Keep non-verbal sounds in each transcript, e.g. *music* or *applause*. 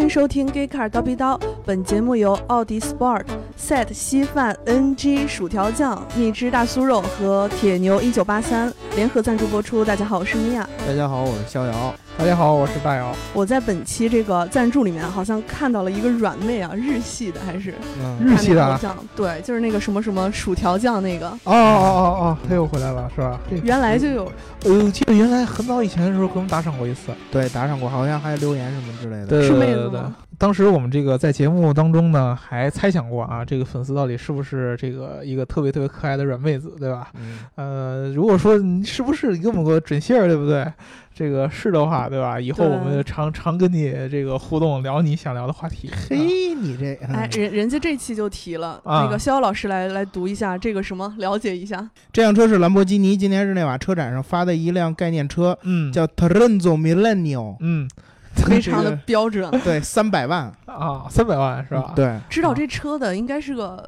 迎收听《Gay Car 叨逼叨》，本节目由奥迪 Sport、Set 稀饭、NG 薯条酱、蜜汁大酥肉和铁牛一九八三联合赞助播出。大家好，我是米娅。大家好，我是逍遥。大家好，我是大姚。我在本期这个赞助里面好像看到了一个软妹啊，日系的还是嗯，日系看那个的头啊，像？对，就是那个什么什么薯条酱那个，哦哦哦哦，他又回来了，是吧？这原来就有呃，记得原来很早以前的时候给我们打赏过一次，对，打赏过，好像还留言什么之类的。对是对妹对子呃对对吗。当时我们这个在节目当中呢，还猜想过啊，这个粉丝到底是不是这个一个特别特别可爱的软妹子，对吧？嗯，呃，如果说你是不是你给我们个准信儿，对不对？这个是的话，对吧？以后对我们常常跟你这个互动，聊你想聊的话题。啊，嘿，你这，哎嗯，人人家这期就提了，啊那个逍遥老师来来读一下这个什么，了解一下。这辆车是兰博基尼今年日内瓦车展上发的一辆概念车，嗯，叫 Trenzo Millennio，嗯非常的这个标准。啊对，三百万，啊，三百万是吧？，嗯对，知道这车的应该是个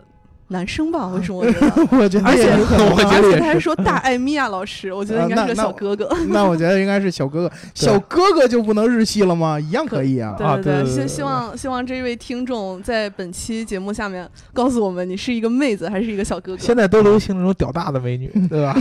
男生吧？为什么我觉 *laughs* 得？我觉得而且也有可能啊我觉而得且也他还是说大艾米亚老师，我觉得应该是个小哥哥。 *laughs* 那我觉得应该是小哥哥，小哥哥就不能日系了吗？一样可以啊。啊对对对对希对希望希望这位听众在本期节目下面告诉我们，你是一个妹子还是一个小哥哥现？在都流行那种屌大的美女，嗯对吧？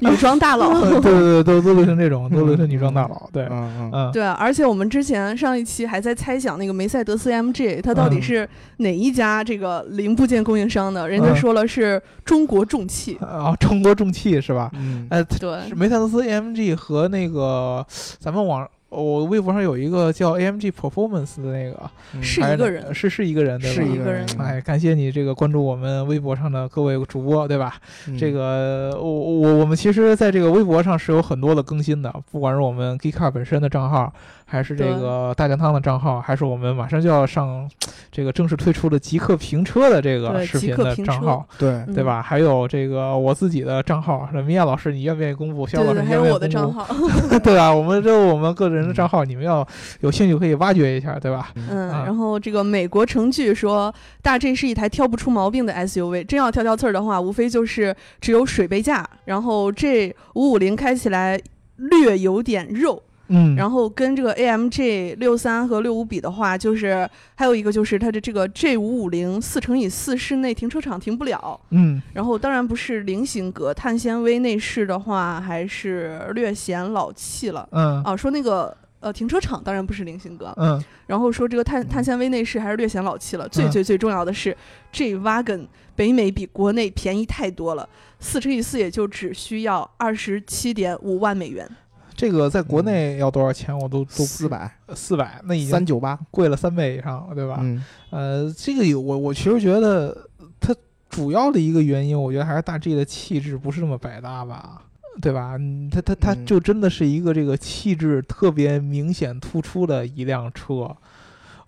女装大佬。 *laughs* 对对对，都都流行这种，都流行女装大佬。对，嗯嗯，嗯，对啊，而且我们之前上一期还在猜想那个梅赛德斯 AMG 它到底嗯是哪一家这个零部件供应商的，人家嗯说了是中国重汽。啊，中国重汽是吧？嗯，呃，对，梅赛德斯 AMG 和那个咱们网我微博上有一个叫 AMG Performance 的那个，嗯是还一个哪人是是一个人，对吧？是一个个人哎，感谢你这个关注我们微博上的各位主播，对吧？嗯这个我我我们其实在这个微博上是有很多的更新的，不管是我们 Geekcar 本身的账号，还是这对个大酱汤的账号，还是我们马上就要上这个正式推出的极客评车的这个对视极频客的评账车号，对嗯对？吧？还有这个我自己的账号，米娅老师，你愿不愿意公布？肖对老师，对，你还愿有我不愿的意公账布？号。 *laughs* 对吧？我们这我们个人的账号，你们要有兴趣可以挖掘一下，对吧？嗯，啊然后这个美国程序说，大 G 是一台挑不出毛病的 SUV，真要挑挑刺儿的话，无非就是只有水杯架，然后这五五零开起来略有点肉，嗯，然后跟这个 AMG 六三和六五比的话，就是还有一个就是它的这个 G 五五零四乘以四室内停车场停不了，嗯然后当然不是菱形格，碳纤维内饰的话还是略显老气了嗯啊。说那个呃停车场当然不是菱形格，嗯，然后说这个碳碳纤维内饰还是略显老气了。最嗯最最重要的是，这 wagon 北美比国内便宜太多了，四乘以四也就只需要二十七点五万美元。这个在国内要多少钱？我都都四百嗯四百，那已经三九八，贵了三倍以上了，对吧？嗯呃，这个有我我其实觉得它主要的一个原因，我觉得还是大 G 的气质不是那么百搭吧，对吧？嗯它它它嗯就真的是一个这个气质特别明显突出的一辆车。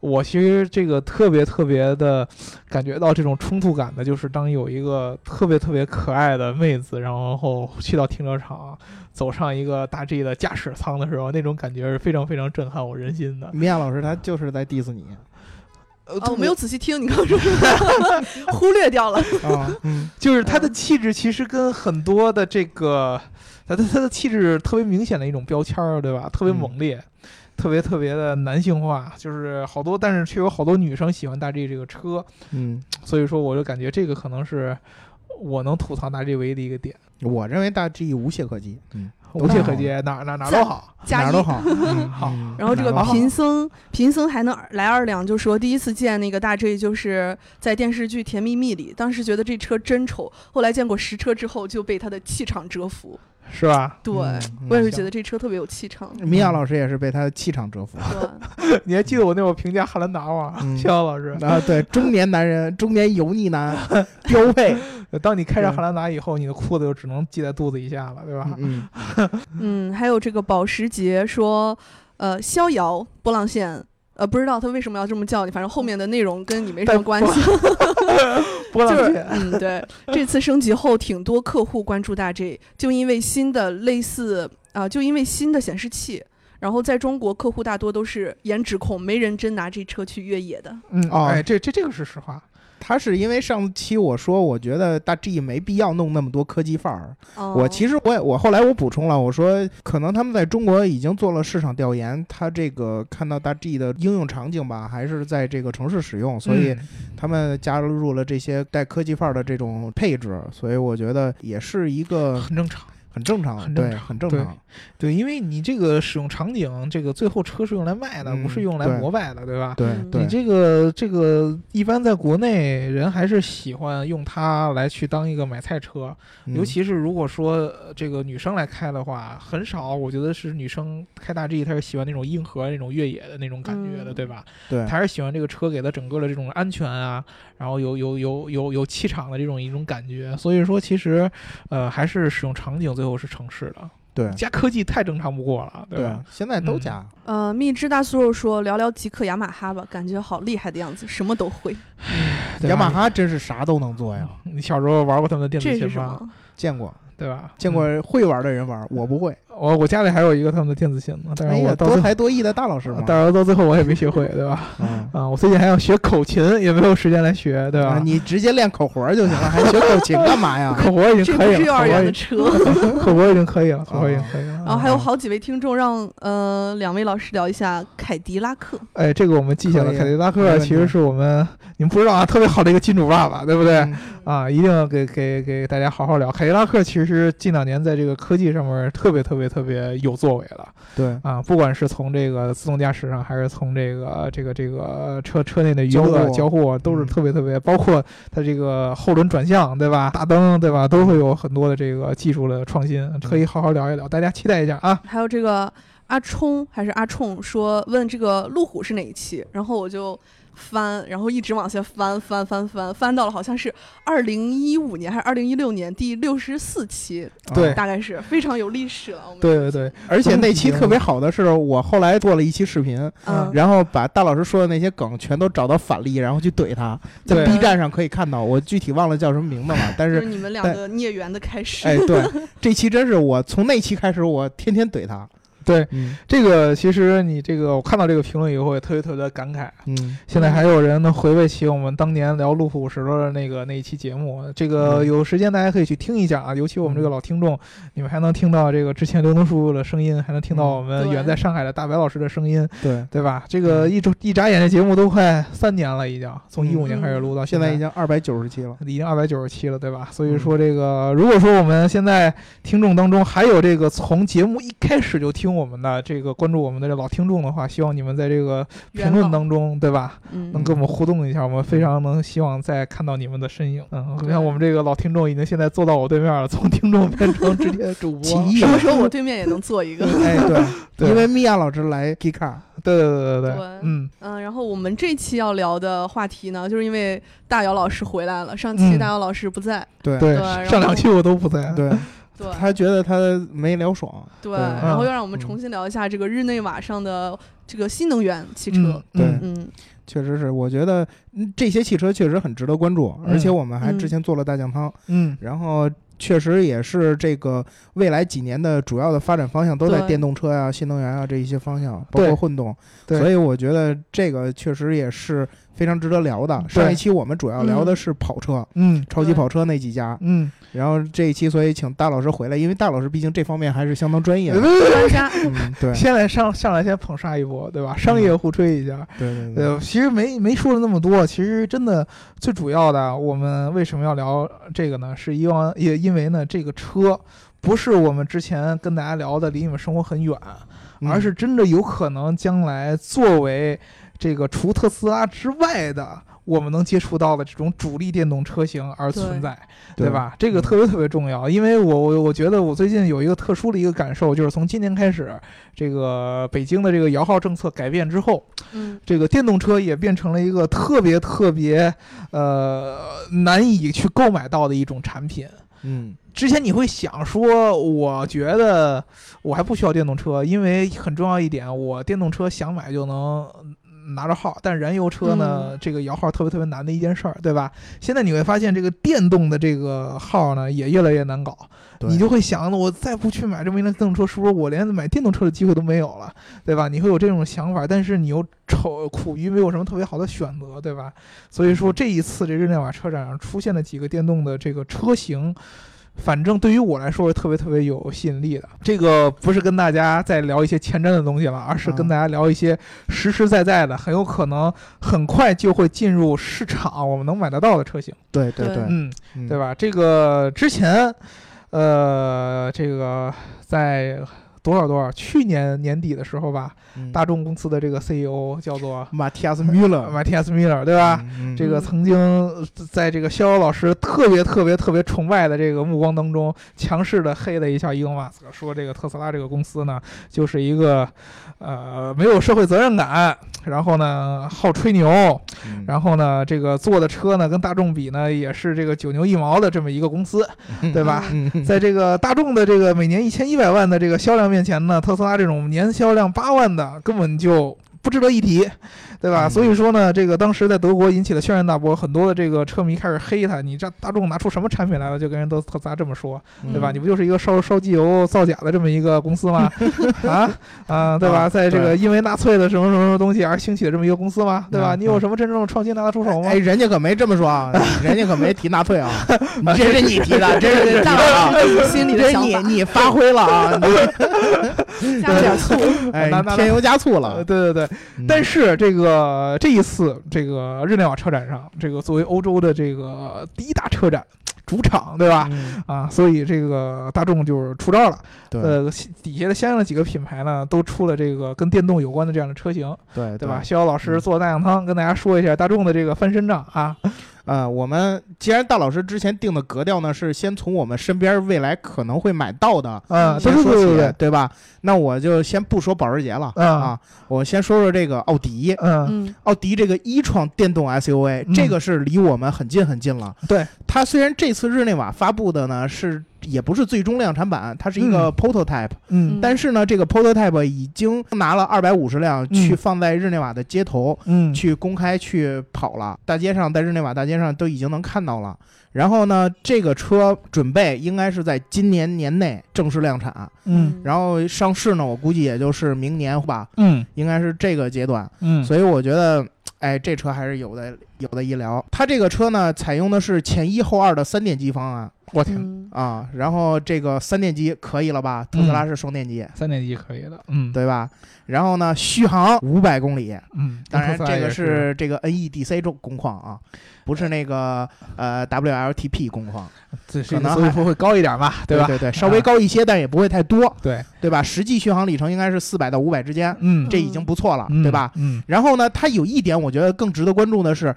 我其实这个特别特别的感觉到这种冲突感的，就是当有一个特别特别可爱的妹子，然后去到停车场，走上一个大 G 的驾驶舱的时候，那种感觉是非常非常震撼我人心的。米娅老师他就是在 diss 你呃，啊，我没有仔细听你刚刚说 *laughs* 什么，忽略掉 *laughs* 了。啊，嗯就是他的气质其实跟很多的这个，他的他的气质特别明显的一种标签儿，对吧？特别猛烈，特别特别的男性化，就是好多，但是却有好多女生喜欢大 G 这个车，嗯，所以说我就感觉这个可能是我能吐槽大 G 唯一的一个点，我认为大 G 无懈可击，嗯，无懈可击，哪哪哪都好，哎加哪儿一都好，嗯好嗯然后这个哪儿都好贫僧，贫僧还能来二两，就说第一次见那个大 G 就是在电视剧《甜蜜蜜》里，当时觉得这车真丑，后来见过实车之后就被他的气场折服。是吧？对，嗯我也是嗯觉得这车特别有气 *laughs* 场。米娅老师也是被他的气场折服对，你还记得我那会儿评价汉兰达吗？嗯逍遥老 *laughs* 师，啊！对，中年男人，中年油腻 *laughs* 男啊标配，当你开上对汉兰达以后，你的裤子就只能系在肚子以下了，对吧？ *laughs* 嗯，嗯，还有这个保时捷说，呃，逍遥波浪线，呃，不知道他为什么要这么叫你，反正后面的内容跟你没什么关系。波浪就是线，嗯，对，这次升级后，挺多客户关注大 G，就因为新的类似啊、就因为新的显示器。然后在中国，客户大多都是颜值控，没人真拿这车去越野的。嗯，哦哎，这这这个是实话，它是因为上期我说，我觉得大 G 没必要弄那么多科技范儿。我其实实我也我后来我补充了，我说可能他们在中国已经做了市场调研，它这个看到大 G 的应用场景吧，还是在这个城市使用，所以嗯他们加入了这些带科技范儿的这种配置，所以我觉得也是一个很正常。很正常，很正对，常很正对常。对，因为你这个使用场景，这个最后车是用来卖的，嗯不是用来对膜拜的，对吧？对嗯对你，这个这个一般在国内人还是喜欢用它来去当一个买菜车，嗯尤其是如果说呃这个女生来开的话，很少，我觉得是女生开大 G，她是喜欢那种硬核、那种越野的那种感觉的，嗯对吧？对她是喜欢这个车给她整个的这种安全啊，然后有有有有有气场的这种一种感觉。所以说，其实呃还是使用场景最后是城市的，对加科技太正常不过了，对对吧？，现在都嗯加。呃，蜜汁大酥肉说聊聊极客雅马哈吧，感觉好厉害的样子，什么都会。对啊吧啊雅马哈真是啥都能做呀，你小时候玩过他们的电这子是琴什吗？么？见过对吧？见嗯过会玩的人玩，我不会。我我家里还有一个他们的电子琴呢，但哎是我呀，多到最后，才多艺的大老师嘛，但是到最后我也没学会，对吧？嗯啊，我最近还要学口琴，也没有时间来学， *laughs* 对啊吧？你直接练口活儿就行了，还学口琴干嘛呀？ *laughs* 口活已经这可不以是幼了，儿口园活的已车。 *laughs* 口活已经可以了，口活已啊经可以了。然后哦还有好几位听众让呃两位老师聊一下凯迪拉克。哎，这个我们记下了。可以凯迪拉没克问题其实是我们你们不知道啊，特别好的一个金主爸爸， *laughs* 对不对？嗯啊，一定要给给给大家好好聊。凯迪拉克其实近两年在这个科技上面特别特别特别有作为了。对，啊，不管是从这个自动驾驶上，还是从这个这个这个车车内的娱交乐互交互，啊都是嗯特别特别，包括它这个后轮转向，对吧？大灯，对吧？都会有很多的这个技术的创新，可嗯以好好聊一聊，大家期待一下啊。还有这个阿冲还是阿冲说问这个路虎是哪一期，然后我就翻，然后一直往下翻翻翻翻，翻到了好像是二零一五年还是二零一六年第六十四期，对大概是非常有历史了。我们对对对，啊嗯而且那期特别好的是，我后来做了一期视频，嗯，然后把大老师说的那些梗全都找到反例，然后去怼他，在对 B 站上可以看到，我具体忘了叫什么名字了，但就是是。你们两但个孽缘的开始。 *laughs* 哎，对，这期真是我从那期开始，我天天怼他。对嗯这个其实你这个我看到这个评论以后也特别特别的感慨。嗯，现在还有人能回味起我们当年聊路虎时候的那个那一期节目，这个嗯有时间大家可以去听一下啊，尤其我们这个老听众，你们还能听到这个之前刘东叔的声音，还能听到嗯我们对远在上海的大白老师的声音，对，对吧？这个一周一眨眼，这节目都快三年了，已经从一五年开始录到现在在已。经二百九十期了。已经二百九十七了，对吧？所以说这个，如果说我们现在听众当中还有这个从节目一开始就听我们的这个关注我们的这老听众的话，希望你们在这个评元老论当中，对吧？能嗯，跟我们互动一下，我们非常能希望再看到你们的身影。嗯，你看我们这个老听众已经现在坐到我对面了，从听众变成直接主播。 *laughs* 起 *laughs* 义什么 *laughs* 时候我对面也能做一个？ *laughs* 哎， *laughs* 对，对因为米娅老师来 K 卡，对对对对对嗯，嗯，然后我们这期要聊的话题呢，就是因为大姚老师回来了，上期嗯大姚老师不在，对对，然后上两期我都不在。啊对，对，他觉得他没聊爽，对，对然后嗯又让我们重新聊一下这个日内瓦上的这个新能源汽车嗯。，对嗯嗯，确实是，我觉得嗯这些汽车确实很值得关注，嗯而且我们还嗯之前做了大酱汤，嗯，然后确实也是这个未来几年的主要的发展方向都在对电动车呀、新能源啊这一些方向，包对括混动，对所以我觉得这个确实也是非常值得聊的。对上一期我们主要聊的是跑车。嗯超级跑车那几家，嗯，然后这一期所以请大老师回来，因为大老师毕竟这方面还是相当专呃业的。专家，嗯， *laughs* 对先来上上来先捧杀一波，对吧？商业互吹一下。对对对，呃，其实没没说了那么多，其实真的最主要的，我们为什么要聊这个呢？是因为也因为呢，这个车不是我们之前跟大家聊的离你们生活很远，嗯而是真的有可能将来作为这个除特斯拉之外的。我们能接触到的这种主力电动车型而存在，对吧？这个嗯特别特别重要，因为我我我觉得我最近有一个特殊的一个感受，就是从今年开始，这个北京的这个摇号政策改变之后， *laughs* 嗯，这个电动车也变成了一个特别特别呃难以去购买到的一种产品。嗯之前你会想说，我觉得我还不需要电动车，因为很重要一点，我电动车想买就能嗯拿着号，但燃油车呢，这个摇号特别特别难的一件事儿，对吧？现在你会发现，这个电动的这个号呢也越来越难搞，对你就会想，我再不去买这么一辆电动车，是不是我连买电动车的机会都没有了，对吧？你会有这种想法，但是你又愁苦于没有什么特别好的选择，对吧？所以嗯说这一次这日内瓦车展上出现了几个电动的这个车型。反正对于我来说是特别特别有吸引力的。这个不是跟大家在聊一些前瞻的东西了，而是跟嗯大家聊一些实实在在的，很有可能很快就会进入市场，我们能买得到的车型。对对对对，嗯，嗯对？吧？这个之前，呃，这个在多少多少去年年底的时候吧，嗯大众公司的这个 CEO 叫做马蒂亚斯米勒 Matthias Miller，对吧？，嗯嗯这个曾经在这个逍遥老师特别特别特别崇拜的这个目光当中，强势的黑了一下伊隆马斯克，说这个特斯拉这个公司呢，就是一个呃没有社会责任感，然后呢好吹牛，嗯然后呢这个做的车呢跟大众比呢也是这个九牛一毛的这么一个公司，嗯对吧？嗯嗯在这个大众的这个每年一千一百万的这个销量面前呢，特斯拉这种年销量八万的根本就不值得一提，对吧？嗯所以说呢，这个当时在德国引起了轩然大波，很多的这个车迷开始黑他，你这大众拿出什么产品来了，就跟人都特斯拉这么说，对吧？嗯你不就是一个烧烧机油造假的这么一个公司 *laughs* 吗？啊啊，对吧？啊在这个对因为纳粹的什么什么什么东西而兴起的这么一个公司吗？对吧？嗯你有嗯什么真正的创新拿得出手吗哎，？人家可没这么说啊，人家可没提纳粹啊，这是你提的，这是你提的啊，心里的这是想你法你发挥了啊，你嗯加点醋，哎那那添油加醋呃了。对对对，嗯 *laughs* 但是这个这一次这个日内瓦车展上，这个作为欧洲的这个第一大车展主场，对吧？嗯，啊，所以这个大众就是出招了，对呃，西底下的相应的几个品牌呢，都出了这个跟电动有关的这样的车型，对对吧？？逍遥老师嗯做大酱汤，跟大家说一下大众的这个翻身仗啊，呃，我们既然大老师之前定的格调呢，是先从我们身边未来可能会买到的啊，对先对说对起，对对，对吧？那我就先不说保时捷了嗯啊，我先说说这个奥迪。嗯，嗯，奥迪这个一创电动 SUV，、嗯这个是离我们很近很近了。对，它虽然这次日内瓦发布的呢是也不是最终量产版，它是一个 prototype，、嗯但是呢，这个 prototype 已经拿了二百五十辆嗯去放在日内瓦的街头、嗯去公开去跑了，大街上在日内瓦大街上都已经能看到了。然后呢，这个车准备应该是在今年年内正式量产，嗯然后上市呢，我估计也就是明年吧，嗯应该是这个阶段。嗯，所以我觉得，哎，这车还是有的有的一聊。它这个车呢，采用的是前一后二的三电机方案我天，嗯啊，然后这个三电机可以了吧？嗯特斯拉是双电机，三点一可以的，嗯，对吧？然后呢，续航五百公里，嗯，当然特斯拉这个也是是这个 NEDC 中工况啊，不是那个呃 WLTP 工况，这是可能所以还说会高一点吧，对吧？对对，稍微高一些，但也不会太多，对，对吧？实际续航里程应该是四百到五百之间，嗯，这已经不错了，对吧？？嗯然后呢，它有一点我觉得更值得关注的是，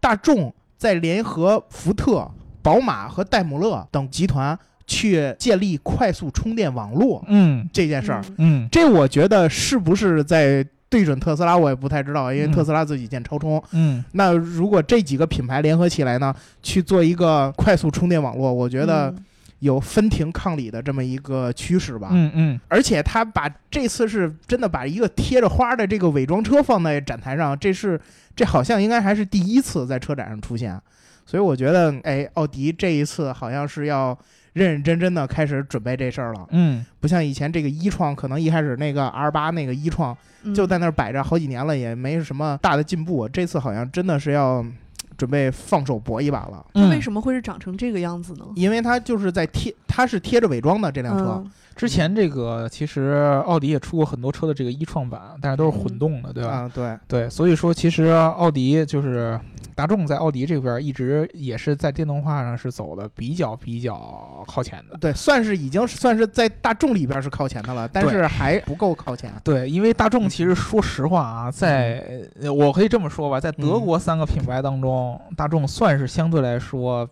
大众在联合福特、宝马和戴姆勒等集团去建立快速充电网络嗯这件事儿。，嗯这我觉得是不是在对准特斯拉，我也不太知道，因为嗯特斯拉自己建超充。嗯，那如果这几个品牌联合起来呢，去做一个快速充电网络，我觉得嗯有分庭抗礼的这么一个趋势吧。嗯嗯而且他把这次是真的把一个贴着花的这个伪装车放在展台上，这是这好像应该还是第一次在车展上出现，啊所以我觉得，哎，奥迪这一次好像是要认认真真的开始准备这事儿了，嗯不像以前这个一创，可能一开始那个 R 八那个一创嗯就在那儿摆着好几年了，也没什么大的进步，啊这次好像真的是要嗯准备放手搏一把了，它嗯，为什么会是长成这个样子呢？因为它就是在贴，它是贴着伪装的这辆车，嗯之前这个其实奥迪也出过很多车的这个一创版，但是都是混动的，对吧？啊，对，对，所以说其实奥迪就是大众在奥迪这边一直也是在电动化上是走的比较比较靠前的。对，算是已经是算是在大众里边是靠前的了，但对是还不够靠前。对，因为大众其实说实话啊，在呃我可以这么说吧，在德国三个品牌当中，大众算是相对来说，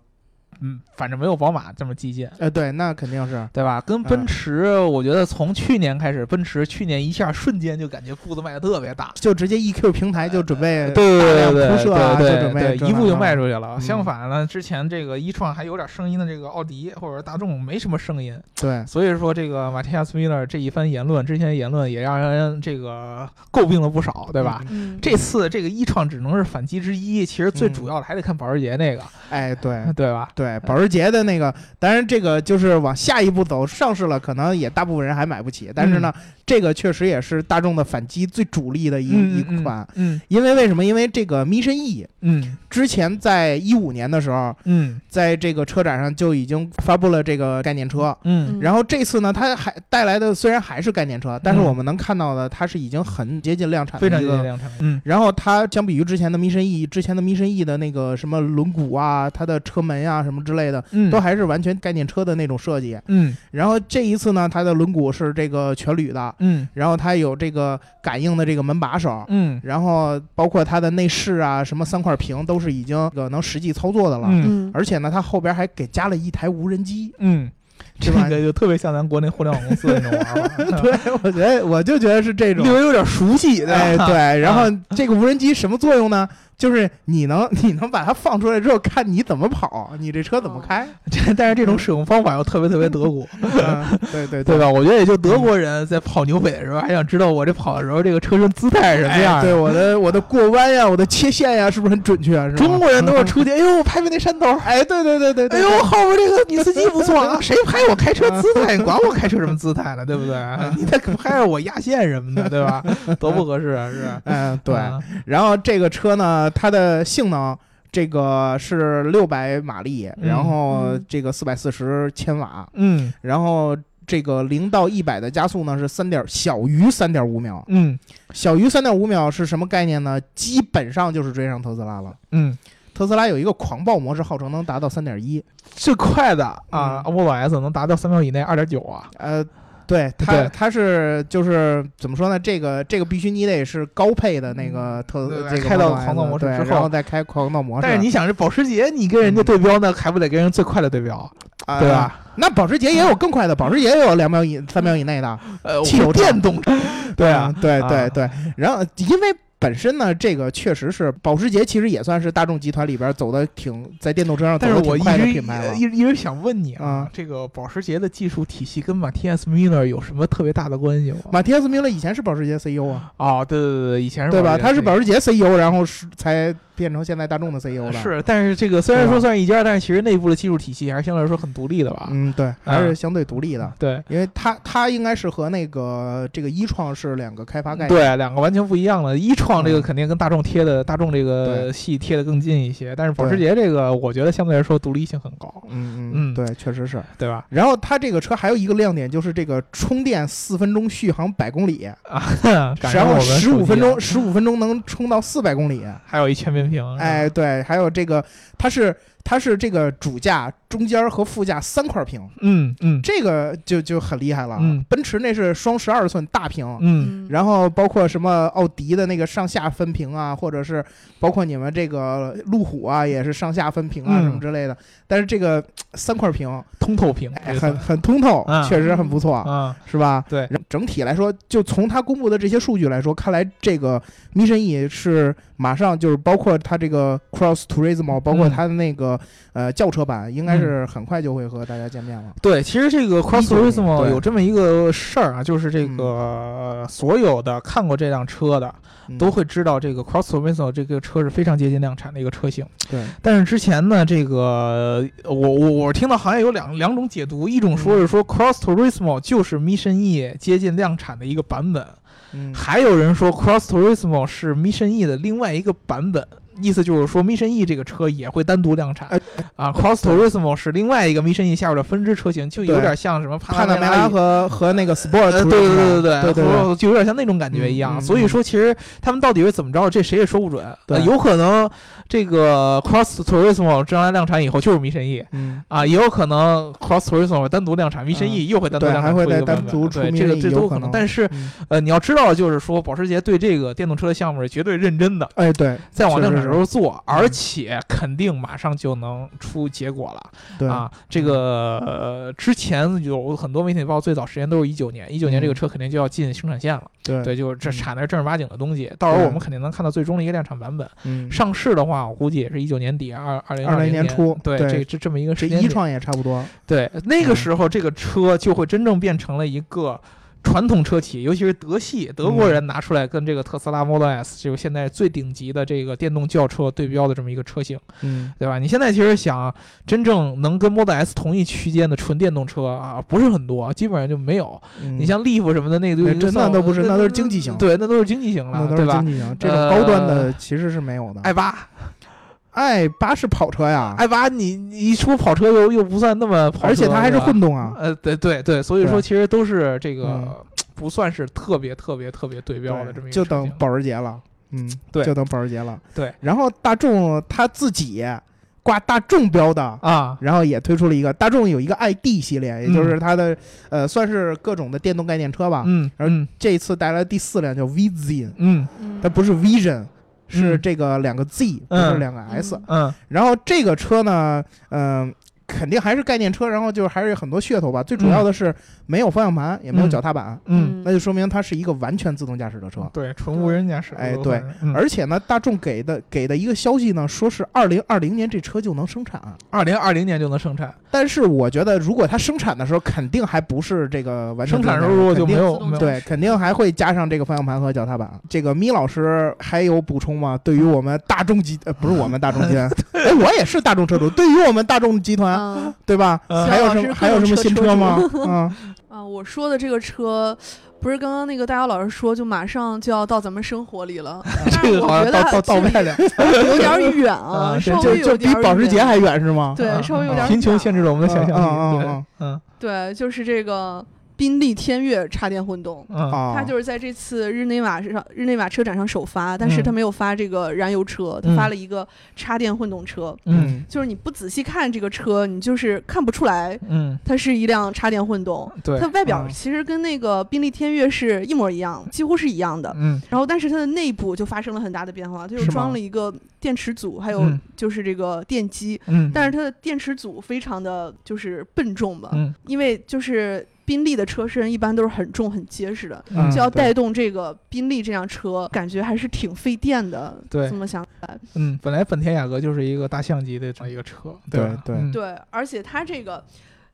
嗯，反正没有宝马这么激进。呃，对，那肯定是，对吧？跟奔驰，我觉得从去年开始，奔驰去年一下瞬间就感觉步子迈得特别大，就直接 EQ 平台就准备呃对对对大量对铺设啊对就对准备对这一那步就那迈的出去了。嗯相反呢，之前这个一创还有点声音的这个奥迪或者大众没什么声音，对，所以说这个马蒂亚斯米勒这一番言论，之前言论也让人这个诟病了不少，对吧？嗯？嗯，这次这个一创只能是反击之一，其实最嗯主要的还得看保时捷那个，哎，对对吧？对，对，保时捷的那个，当然这个就是往下一步走，上市了可能也大部分人还买不起，但是嗯呢，这个确实也是大众的反击最主力的一、一款，，嗯因为为什么？因为这个 Mission E 嗯之前在一五年的时候，嗯在这个车展上就已经发布了这个概念车。嗯嗯然后这次呢，它还带来的虽然还是概念车，但是嗯我们能看到的，它是已经很接近量产的非常一接近个。量产，嗯然后它相比于之前的 Mission E，之前的 Mission E 的那个什么轮毂啊、它的车门啊什么之类的，嗯都还是完全概念车的那种设计。嗯然后这一次呢，它的轮毂是这个全铝的，嗯然后它有这个感应的这个门把手，嗯然后包括它的内饰啊，什么三块屏都是已经这个能实际操作的了。嗯嗯，而且呢，它后边还给加了一台无人机。嗯，这这玩意个就特别像咱国内互联网公司的那种 *laughs* 玩法，对，我觉得我就觉得是这种略。微有点熟悉，啊哎，吧 *laughs* 对，然后这个无人机什么作用呢？就是你能 *laughs* 你能把它放出来之后，看你怎么跑，你这车怎么开。这但是这种使用方法又特别特别德 *laughs* 国，嗯对对哦吧？对吧？我觉得也就德国人在跑牛北的时候，还想知道我这跑的时候这个车身姿态是什么样哎的。对我的我的过弯呀，我的切线呀，是不是很准确？啊是吧中国人 *laughs* 都是出去，哎呦，拍拍那山头，哎，对对对对对，哎呦，后边这个女司机不错 *laughs* 啊，谁拍我开车姿态？你管我开车什么姿态呢？对不 *laughs* 对？你再拍着我压线什么 *laughs* 的，对吧？啊多不合适啊，是吧？嗯对。啊然后这个车呢，它的性能这个是六百马力，嗯然后嗯这个四百四十千瓦，嗯然后这个零到一百的加速呢是三点小于三点五秒，嗯小于三点五秒是什么概念呢？基本上就是追上特斯拉了。嗯，特斯拉有一个狂暴模式，号称能达到三点一，最快的啊，Model S 能达到三秒以内二点九啊。呃。对它，对它是就是怎么说呢？这个这个必须你得是高配的那个特嗯对这个开到 Model S，狂躁模式对之后然后再开狂躁模式。但啊是你想，这保时捷，你跟人家对标，那还不得跟人最快的对标，啊对吧？嗯那保时捷也有更快的，保时捷也有两秒以三秒以内的。呃，我汽油是车电动车，对啊嗯，对啊对对。然后因为本身呢，这个确实是保时捷，其实也算是大众集团里边走的挺在电动车上走但是的我挺一快的直品牌了一。直一直想问你啊啊，这个保时捷的技术体系跟马蒂亚斯·米勒有什么特别大的关系吗？马蒂亚斯·米勒以前是保时捷 CEO 啊，哦，对对对对，以前是对吧？他是保保时捷 CEO，然后是才变成现在大众的 E CEO 的。时捷，是，但是这个虽然对吧说算是一家，但是其实内部的技术体系还是相对来说很独立的吧？啊嗯，对，还是相对独立的，对因为他他应该是和那个这个一创是两个开发概念。对，两个完全不一样的。一创这个嗯肯定跟大众贴的大众这个对系贴的更近一些，但是保时对捷这个我觉得相对来说独立性很 *laughs* 高，嗯嗯嗯，对，确实是。对吧？然后它这个车还有一个亮点，就是这个充电四分钟续航百公里，赶上然我后们十手机啊哎五分了钟，十五分钟能充到四百公里。还有一全面屏，啊是吧哎，对，还有这个，它是它是这个主驾、中间和副驾三块屏，嗯嗯这个就就很厉害了。嗯奔驰那是双十二寸大屏。嗯然后包括什么奥迪的那个上下分屏啊，或者是包括你们这个路虎啊，也是上下分屏啊嗯什么之类的。但是这个嘖三块屏，通透屏，哎，这个很很通透啊，确实很不错，啊，是吧？对，然后整体来说，就从他公布的这些数据来说，看来这个 Mission E 是马上就是包括它这个 Cross Turismo，包括它的那个、呃轿车版，应该是很快就会和大家见面了。对，其实这个 Cross 19年 Turismo 对有这么一个事儿啊，就是这个、呃所有的看过这辆车的嗯都会知道，这个 Cross Turismo 这个车是非常接近量产的一个车型。对，但是之前呢，这个呃我我我听到好像有两两种解读，一种嗯说是说 Cross Turismo 就是 Mission E 接近量产的一个版本，嗯还有人说 Cross Turismo 是 Mission E 的另外一个版本。意思就是说，Mission E 这个车也会单独量产哎啊，Cross Turismo 是另外一个 Mission E 下边的分支车型，就有对点像什么帕帕纳拉梅梅拉拉和和那个 Sport，呃，对 Turismo，对对对对，对，或者就有点像那种感觉一嗯样。嗯所以说，其实他们到底是怎么着，这谁也说不准。对呃有可能这个 Cross Turismo 将来量产以后就是 Mission E 嗯。啊，也有可能 Cross Turismo 单独量产，Mission E 又会单独对量产还出会一个再单版本独出对 Mission 这个 E，这都有有可可能但是嗯呃，你要知道，就是说保时捷对这个电动车的项目是绝对认真的。哎，对，在往确量实产是嗯时候做，而且肯定马上就能出结果了。对，啊，这个、呃、之前有很多媒体报，最早时间都是一九年，一九年这个车肯定就要进生产线了，嗯对，对，就是这嗯产的是正儿八经的东西，到时候对我们肯定能看到最终的一个量产版本。嗯，上市的话，我估计也是一九年底，二二零2020零年初对，对这这这么一个这时间一点，创也差不多，对，那个嗯时候这个车就会真正变成了一个。传统车企，尤其是德系德嗯国人拿出来跟这个特斯拉 Model S 这个现在最顶级的这个电动轿车对标的这么一个车型，嗯对吧？你现在其实想真正能跟 Model S 同一区间的纯电动车啊，不是很多，基本上就没有。嗯，你像 Leaf 什么的，那个那就真算那都不是呃那那都是经济型对，那都是经济型那了，都对是吧经？济型，这种高端的其实是没有的。 i 八 i 八是跑车呀， i 八，你你一说跑车又又不算那么跑车，而且它还是对吧混动啊。呃，对对对，所以对说其实都是这个嗯不算是特别特别特别对标的这对，么一个就车等型保时捷了，嗯，对就等保时捷了。对，然后大众它自己挂大众标的，啊，然后也推出了一个大众有一个 ID 系列，也嗯就是它的呃算是各种的电动概念车吧。嗯然后嗯这一次带来第四辆叫 Vision，嗯嗯它不是 Vision，是嗯这个两个 Z，不嗯是两个 S。嗯然后这个车呢，嗯、肯定还是概念车，然后就是还是有很多噱头吧。最主要的是没有方向盘，也没有脚踏板，嗯，那就说明它是一个完全自动驾驶的车。嗯对，纯无人驾驶，哎有可对能，嗯而且呢，大众给的给的一个消息呢，说是二零二零年这车就能生产。二零二零年就能生产，但是我觉得，如果它生产的时候，肯定还不是这个完全生产时自动驾驶候如果就没肯定有自动没驾有驶对，肯定还会加上这个方向盘和脚踏板。这个米老师还有补充吗？对于我们大众集，呃，不是我们大众集 *laughs* 团，哎，我也是大众车主。对于我们大众集团，嗯对吧？嗯还有什老么师还有什么新 *laughs* 车吗？啊，啊，我说的这个车，不是刚刚那个大姚老师说，就马上就要到咱们生活里 *laughs* 了，但 *laughs* 这是个我好觉像到到得到距外了，离有点儿远啊， *laughs* 啊稍就微有就比点儿保时捷远啊还远是吗？对嗯稍微有嗯点儿贫穷远限制了我们的想象力，对嗯嗯嗯对，就是这个宾利天越插电混动。嗯啊，它就是在这次日内瓦上日内瓦车展上首发，但是嗯它没有发这个燃油车，它嗯发了一个插电混动车。嗯就是你不仔细看这个车，你就是看不出来嗯，它是一辆插电混动。对，它外表嗯其实跟那个宾利天越是一模一样，几乎是一样的。嗯然后，但是它的内部就发生了很大的变化，它又是吗装了一个电池组，还有嗯就是这个电机。嗯，但是它的电池组非常的就是笨重吧，嗯因为就是宾利的车身一般都是很重很结实的，嗯就要对带动这个宾利这辆车，感觉还是挺费电的。对这么想起来，嗯，本来本田雅阁就是一个大象级的这么一个车，对吧对嗯对，而且它这个。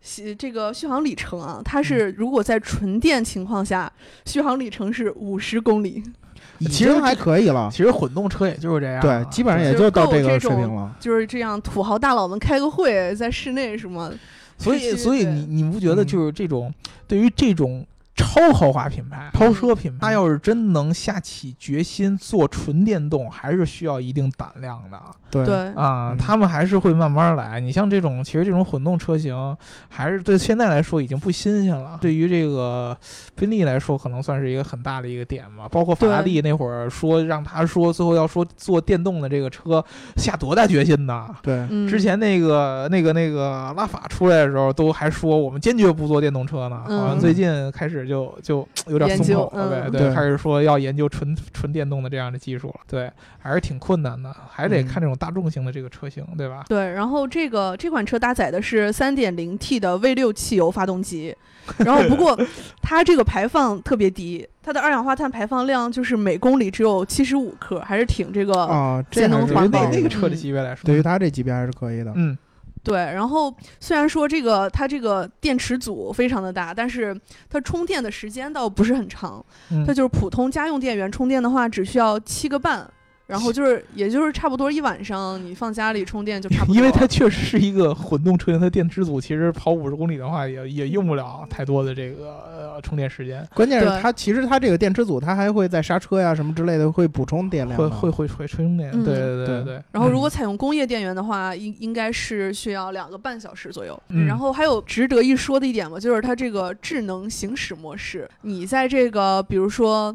续这个续航里程啊，嗯它是如果在纯电情况下，续航里程是五十公里，嗯已其实经还可以了，其实混动车也就是这样啊，对，基本上也就就是到够这个这水平种了。就是这样。土豪大佬们开个会，在室内什么，所市以，区所以对你你不觉得嗯就是这种、对于这种超豪华品牌、嗯豪奢品牌，它要是真能下起决心做纯电动，还是需要一定胆量的对对，啊嗯。他们还是会慢慢来。你像这种，其实这种混动车型，还是对现在来说已经不新鲜了。对于这个宾利来说，可能算是一个很大的一个点吧。包括法拉利那会儿说让他说最后要说做电动的这个车，下多大决心呐！对，啊嗯，之前那个、那个、那个拉法出来的时候，都还说我们坚决不做电动车呢。嗯好像最近开始就就有点松口了呗，研究嗯对，对开始说要研究纯纯电动的这样的技术了。对，还是挺困难的，还得看这种大众型的这个车型，对吧？对，然后这个这款车搭载的是 3.0T 的 V6 汽油发动 *laughs* 机，然后不过它这个排放特别低，它的二氧化碳排放量就是每公里只有75克，还是挺这个、哦啊，这节还能是对于环可那保以那的个车的级别来说，对于它这级别还是可以的。嗯对。然后虽然说这个它这个电池组非常的大，但是它充电的时间倒不是很长，嗯 *laughs* 它就是普通家用电源充电的话只需要七个半。然 *laughs* 后就是，也就是差不多一晚上，你放家里充电就差不多了。因为它确实是一个混动车型，它电池组其实跑五十公里的话也，也用不了太多的这个、呃、充电时间，关键是对它其实它这个电池组，它还会在刹车呀什么之类的会补充电量会的，会会会充电。嗯对对对对。然后，如嗯果采用工业电源的话，应应该是需要两个半小时左右。嗯然后还有值得一说的一点吧，就是它这个智能行驶模式，你在这个比如说，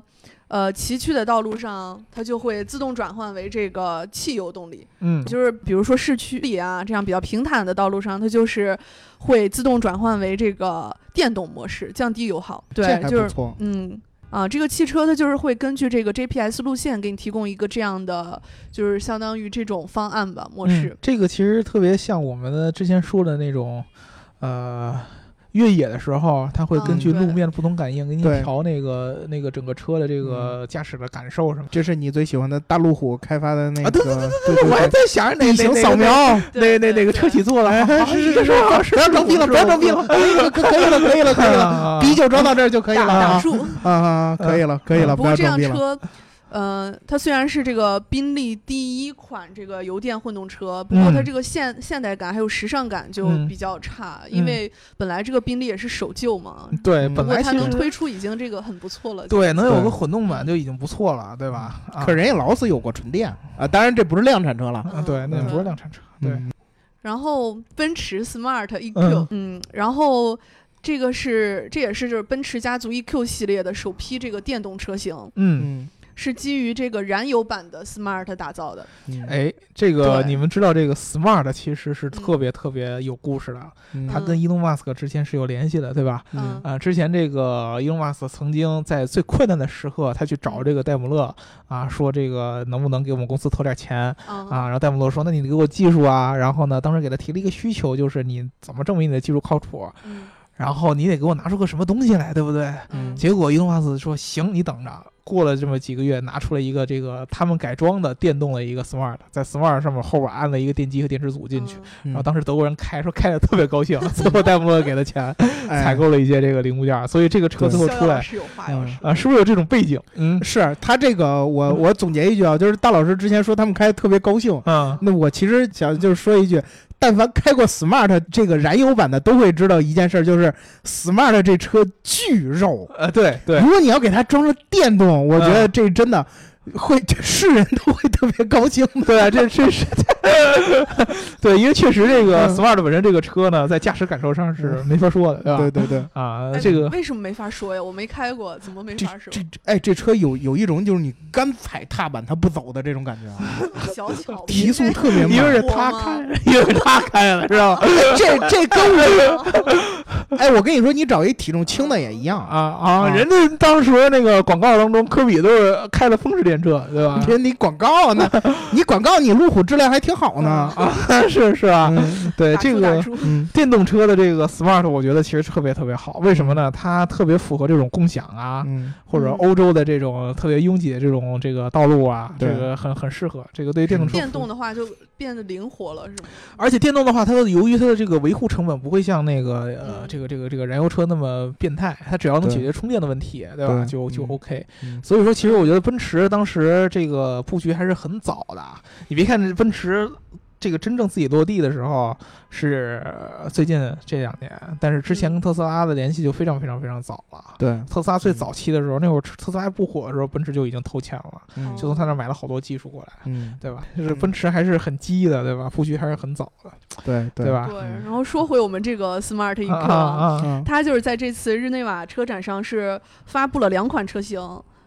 呃，崎岖的道路上，它就会自动转换为这个汽油动力。嗯，就是比如说市区里啊，这样比较平坦的道路上，它就是会自动转换为这个电动模式，降低油耗。这还对，就不是错。嗯。啊，这个汽车它就是会根据这个 GPS 路线给你提供一个这样的，就是相当于这种方案嗯吧模式嗯。这个其实特别像我们的之前说的那种，呃，越野的时候，它会根据嗯对路面的不同感应，给你对调那个那个整个车的这个嗯驾驶的感受什 *laughs* 么。这是你最喜欢的大路虎开发的那个，啊对对我还在想着哪地形哪哪扫个描，哎那那那个车企做的，好好是是这是，我不要装逼了，不要装 *laughs* 逼了，可以了，可以了，可以了，可以了， *laughs* 啊逼就装到这儿就可以了挡啊 *laughs* 住。啊啊，可以了，可以了，嗯不不过要这装辆逼了。车，呃，它虽然是这个宾利第一款这个油电混动车，不过嗯它这个现、现代感还有时尚感就嗯比较差，嗯因为本来这个宾利也是首旧嘛，对，嗯不本过来它其能实推出已经这个很不错了。对能有对个混动版就已经不错了，对吧？啊可人家劳斯有过纯电啊，当然这不是量产车了。啊，对，那嗯不是量产车，对，嗯然后奔驰 Smart EQ，嗯嗯然后这个是这也是就是奔驰家族 EQ 系列的首批这个电动车型，嗯。嗯，是基于这个燃油版的 Smart 打造的。嗯，哎，这个对嗯你们知道，这个 Smart 其实是特别特别有故事的，嗯它跟伊隆马斯克之前是有联系的，对吧？嗯啊、之前这个伊隆马斯克曾经在最困难的时刻，他去找这个戴姆勒啊，说这个能不能给我们公司投点钱哦嗯啊？然后戴姆勒说，那你给我技术啊。然后呢，当时给他提了一个需求，就是你怎么证明你的技术靠谱？嗯然后你得给我拿出个什么东西来，对不对？嗯结果伊隆马斯克说，行，你等着。过了这么几个月，拿出了一个这个他们改装的电动的一个 Smart，在 Smart 上面后边安了一个电机和电池组进去。嗯然后当时德国人开说开的特别高兴，最后戴姆勒给了钱，哎采购了一些这个零部件儿，所以这个车对最后逍遥出老来师有话要嗯说。啊，是不是有这种背景？ *laughs* 嗯是他这个，我我总结一句啊，就是大老师之前说他们开得特别高兴，嗯，那我其实想就是说一句，但凡开过 Smart 这个燃油版的，都会知道一件事儿，就是 Smart 这车巨肉。呃，对对如果你要给它装了电动，我觉得嗯这真的会是人都会特别高兴的。对，啊这这 *laughs* 是对，因为确实这个嗯 Smart 本身这个车呢，在驾驶感受上是没法说的，对吧？对对对，啊，哎这个为什么没法说呀？我没开过，怎么没法说这？这哎，这车有有一种就是你干踩踏板它不走的这种感觉 *laughs* 啊，小巧提速特别因慢。为是他我吗 *laughs* 开， *laughs* 因为是他开的，知道吧？这这跟别哎，我跟你说，你找一体重轻的也一样啊。啊啊，啊人家当时那个广告当中，科比都是开了风驰电掣，对吧？这你广告 *laughs* 呢？你广告你路虎质量还挺好呢。啊，是是啊，嗯对打这住个 *laughs* 打住嗯电动车的这个 Smart，我觉得其实特别特别好。为什么呢？它特别符合这种共享啊，嗯，或者欧洲的这种特别拥挤的这种这个道路啊，这对个很很适合。这个对于电动车，嗯电动，的话就变得灵活了，是吗？而且电动的话，它的由于它的这个维护成本不会像那个呃嗯这个这个这个燃油车那么变态，它只要能对解决充电的问题，对吧？对就就嗯 OK。嗯所以说，其实我觉得奔驰当时这个布局还是很早的。啊你别看这奔驰这个真正自己落地的时候是呃最近这两年，但是之前跟特斯拉的联系就非常非常非常早了。对，特斯拉最早期的时候，那会儿特斯拉还不火的时候，奔驰就已经投钱了，嗯就从他那儿买了好多技术过来，嗯，对吧？就是奔驰还是很机的，对吧？布局还是很早的，对对？吧？对。然后说回我们这个 Smart E EQ，嗯啊啊啊！嗯它就是在这次日内瓦车展上是发布了两款车型。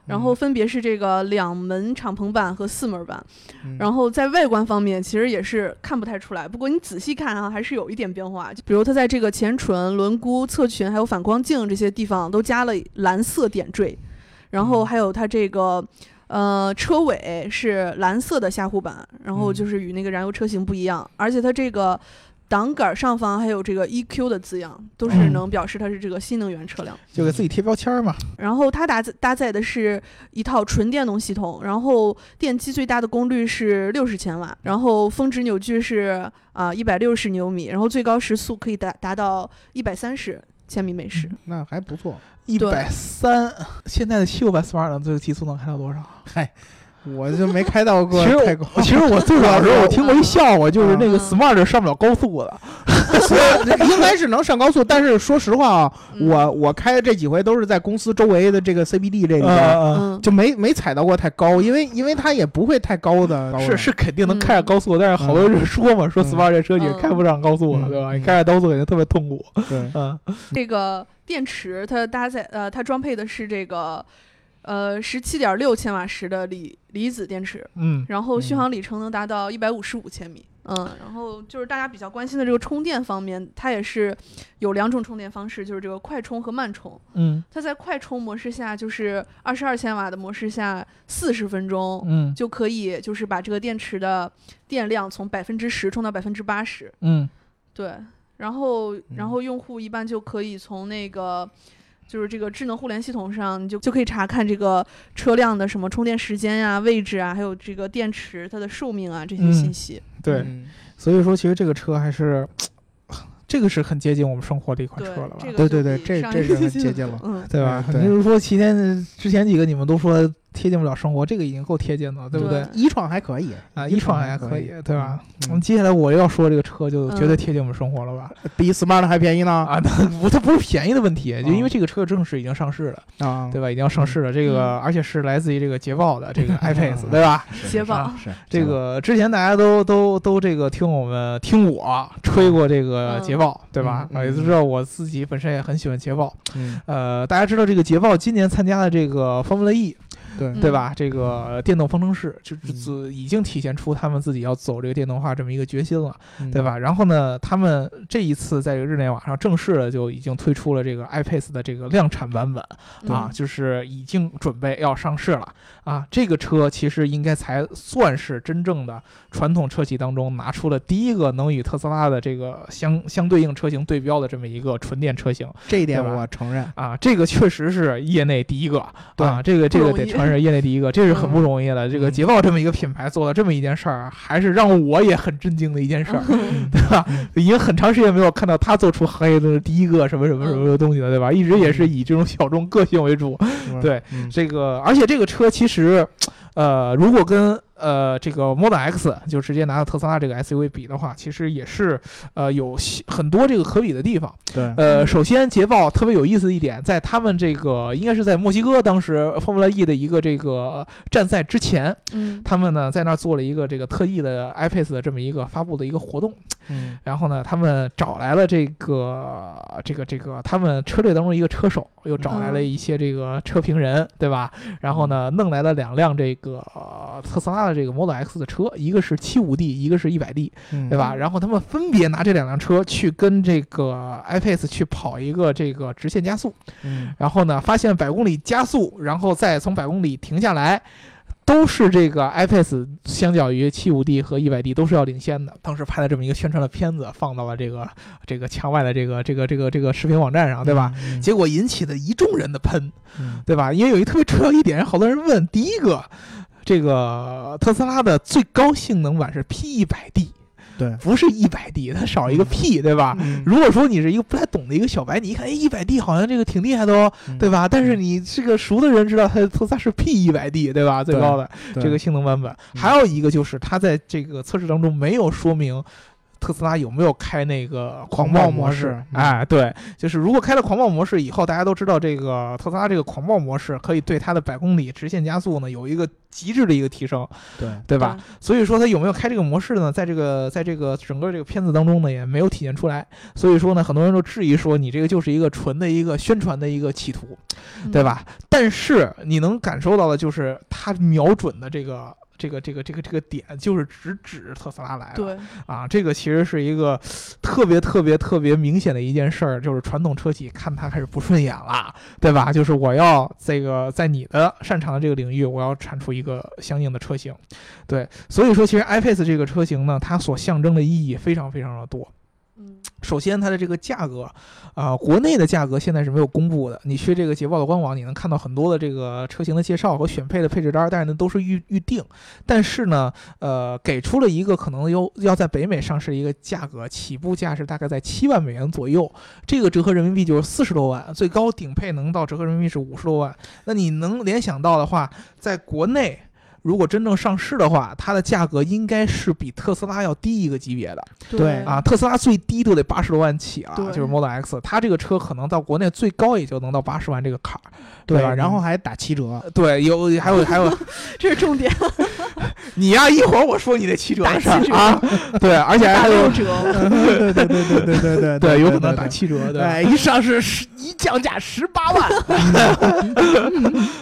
然嗯后分别是这个两门敞篷版和四门版，嗯然后在外观方面其实也是看不太出来，不过你仔细看啊，还是有一点变化。就比如它在这个前唇、轮毂、侧裙还有反光镜这些地方都加了蓝色点缀，然后嗯还有它这个呃车尾是蓝色的下护板，然后嗯就是与那个燃油车型不一样，而且它这个挡杆上方还有这个 EQ 的字样，都是嗯能表示它是这个新能源车辆。就给自己贴标签儿嘛。然后它搭载搭载的是一套纯电动系统，然后电机最大的功率是六十千瓦，然后峰值扭矩是啊一百六十牛米，然后最高时速可以达达到一百三十千米每时。那还不 *laughs* 错。一百三，现在的七六版 Smart 最低速能开到多少？我就没开到过其实太高，其实我最早的 *laughs* 时候，我听过一笑话，就是那个嗯 Smart 上不了高速的。应该是能上高速，但是说实话啊，嗯我我开的这几回都是在公司周围的这个 CBD 这一带，呃，嗯，就没没踩到过太高，因为因为它也不会太高的，是是肯定能开着高速，但是好嗯多人说嘛，说嗯 Smart 这车你是嗯开不上高速了，嗯对吧？嗯你开着高速肯定特别痛苦。对，嗯，这个电池它搭载呃它装配的是这个呃十七点六千瓦时的锂离子电池，嗯，然后续嗯航里程能达到一百五十五千米。嗯，然后就是大家比较关心的这个充电方面，它也是有两种充电方式，就是这个快充和慢充。嗯它在快充模式下，就是二十二千瓦的模式下，四十分钟嗯就可以，就是把这个电池的电量从百分之十充到百分之八十。嗯对，然后然嗯后用户一般就可以从那个。就是这个智能互联系统上，你就就可以查看这个车辆的什么充电时间呀、位置啊，还有这个电池它的寿命啊这些嗯信息。对，嗯所以说其实这个车还是这个是很接近我们生活的一款车对了吧，？这个就对对对比这上这一个期很就接近了嗯，对吧？嗯你就是说前天之前几个你们都说贴近不了生活，这个已经够贴近了，对不对？一创还可以啊，一一创创还还可可以以，对吧？嗯嗯嗯，接下来我要说这个车就绝嗯对贴近我们生活了吧？比 smart 还便宜呢啊，那不，它不是便宜的问题，就因哦为这个车正式已经上市了，啊，对吧？已经要上市了，这个而且是来自于这个捷豹的这个 iPace，对嗯吧？捷豹啊是嗯这个之前大家都都都这个听我们听我吹过这个嗯捷豹，对吧？嗯嗯啊，也都知道我自己本身也很喜欢捷豹。嗯呃，大家知道这个捷豹今年参加了这个 Formula E，对嗯对吧？这个电动方程式就嗯就已经体现出他们自己要走这个电动化这么一个决心了，嗯对吧？然后呢，他们这一次在这个日内瓦上正式的就已经推出了这个 iPace 的这个量产版本啊，嗯就是已经准备要上市了啊。这个车其实应该才算是真正的传统车企当中拿出了第一个能与特斯拉的这个相相对应车型对标的这么一个纯电车型。这一点对吧我承 *laughs* 认，啊，这个确实是业内第一个，对啊，这个这不个容得易承认业内第一个，这是很不嗯容易的。这个嗯捷豹这么一个品牌做了这么一件事儿，还是让我也很震惊的一件事儿，嗯 *laughs* 对吧？已经很长时间没有看到他做出行业中的第一个什么什么什嗯么的东西了，对吧？一直也是以这种小众个性为主。是对嗯 *laughs* 这个，而且这个车其实，呃，如果跟呃这个 Model X 就直接拿到特斯拉这个 SUV 比的话，其实也是呃有很多这个可比的地方。对呃，首先捷豹特别有意思的一点，在他们这个应该是在墨西哥当时 Formula E 的一个这个站赛之前，嗯他们呢在那儿做了一个这个特意的 iPace 的这么一个发布的一个活动，嗯然后呢，他们找来了这个这个这个他们车队当中一个车手，又找来了嗯一些这个车评人，对吧？然后呢，弄来了两辆这个、呃特斯拉的这个 Model X 的车，一个是 75D，一个是 100D，嗯对吧？嗯然后他们分别拿这两辆车去跟这个 iPace 去跑一个这个直线加速，嗯然后呢，发现百公里加速，然后再从百公里停下来，都是这个 iPace 相较于 75D 和 100D 都是要领先的。当时拍了这么一个宣传的片子，放到了这个这个墙外的这个这个这个这个视频网站上，对吧？？嗯结果引起了一众人的喷，嗯对吧？因为有一特别重要一点，好多人问，第一个，这个特斯拉的最高性能版是 P 1 0 0 D。对不是一百 D，它少一个 P，对吧？嗯啊如果说你是一个不太懂的一个小白，你一看，哎，一百 D 好像这个挺厉害的哦，嗯对吧？但是你这个熟的人知道它特斯拉是 P 一百 D，对吧？最高的对这个性能版本。嗯还有一个就是它在这个测试当中没有说明。特斯拉有没有开那个狂狂暴暴模模式嗯哎，对，就是如果开了狂暴模式以后，大家都知道这个呃特斯拉这个狂暴模式可以对它的百公里直线加速呢有一个极致的一个提升，对对吧？？所以说它有没有开这个模式呢？在这个在这个整个这个片子当中呢，也没有体现出来。所以说呢，很多人都质疑说你这个就是一个纯的一个宣传的一个企图，嗯对？吧？但是你能感受到的就是它瞄准的这个。这个这个这个这个点就是直指特斯拉来了对，啊！这个其实是一个特别特别特别明显的一件事儿，就是传统车企看它开始不顺眼了，对吧？就是我要这个在你的擅长的这个领域，我要产出一个相应的车型，对。所以说，其实 iPace 这个车型呢，它所象征的意义非常非常的多。嗯首先，它的这个价格，啊、国内的价格现在是没有公布的。你去这个捷豹的官网，你能看到很多的这个车型的介绍和选配的配置单，但是呢都是预预定。但是呢，呃，给出了一个可能有要在北美上市的一个价格，起步价是大概在七万美元左右，这个折合人民币就是四十多万，最高顶配能到折合人民币是五十多万。那你能联想到的话，在国内。如果真正上市的话，它的价格应该是比特斯拉要低一个级别的。对啊，特斯拉最低都得八十多万起啊，对就是 Model X，它这个车可能到国内最高也就能到八十万这个坎儿，对，吧？然后你还打七 *laughs* 折，呃对有还有还 *laughs* 有，这是重点，你呀、一会儿我说你这七折打的事儿七折 *laughs* 啊，对，而且打还六有 *laughs* 折，对对对对对对对 *laughs* 对有可能打七折，对吧哎对，一上市是一降价十八 *laughs* 万，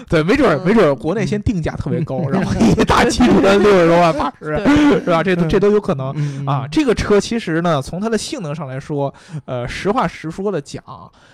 对，没准儿嗯没准儿国内先定价特别高，然后一大七折的六十多万八十，是吧？这都这都有可能。嗯啊，这个车其实呢，从它的性能上来说，呃，实话实说的讲，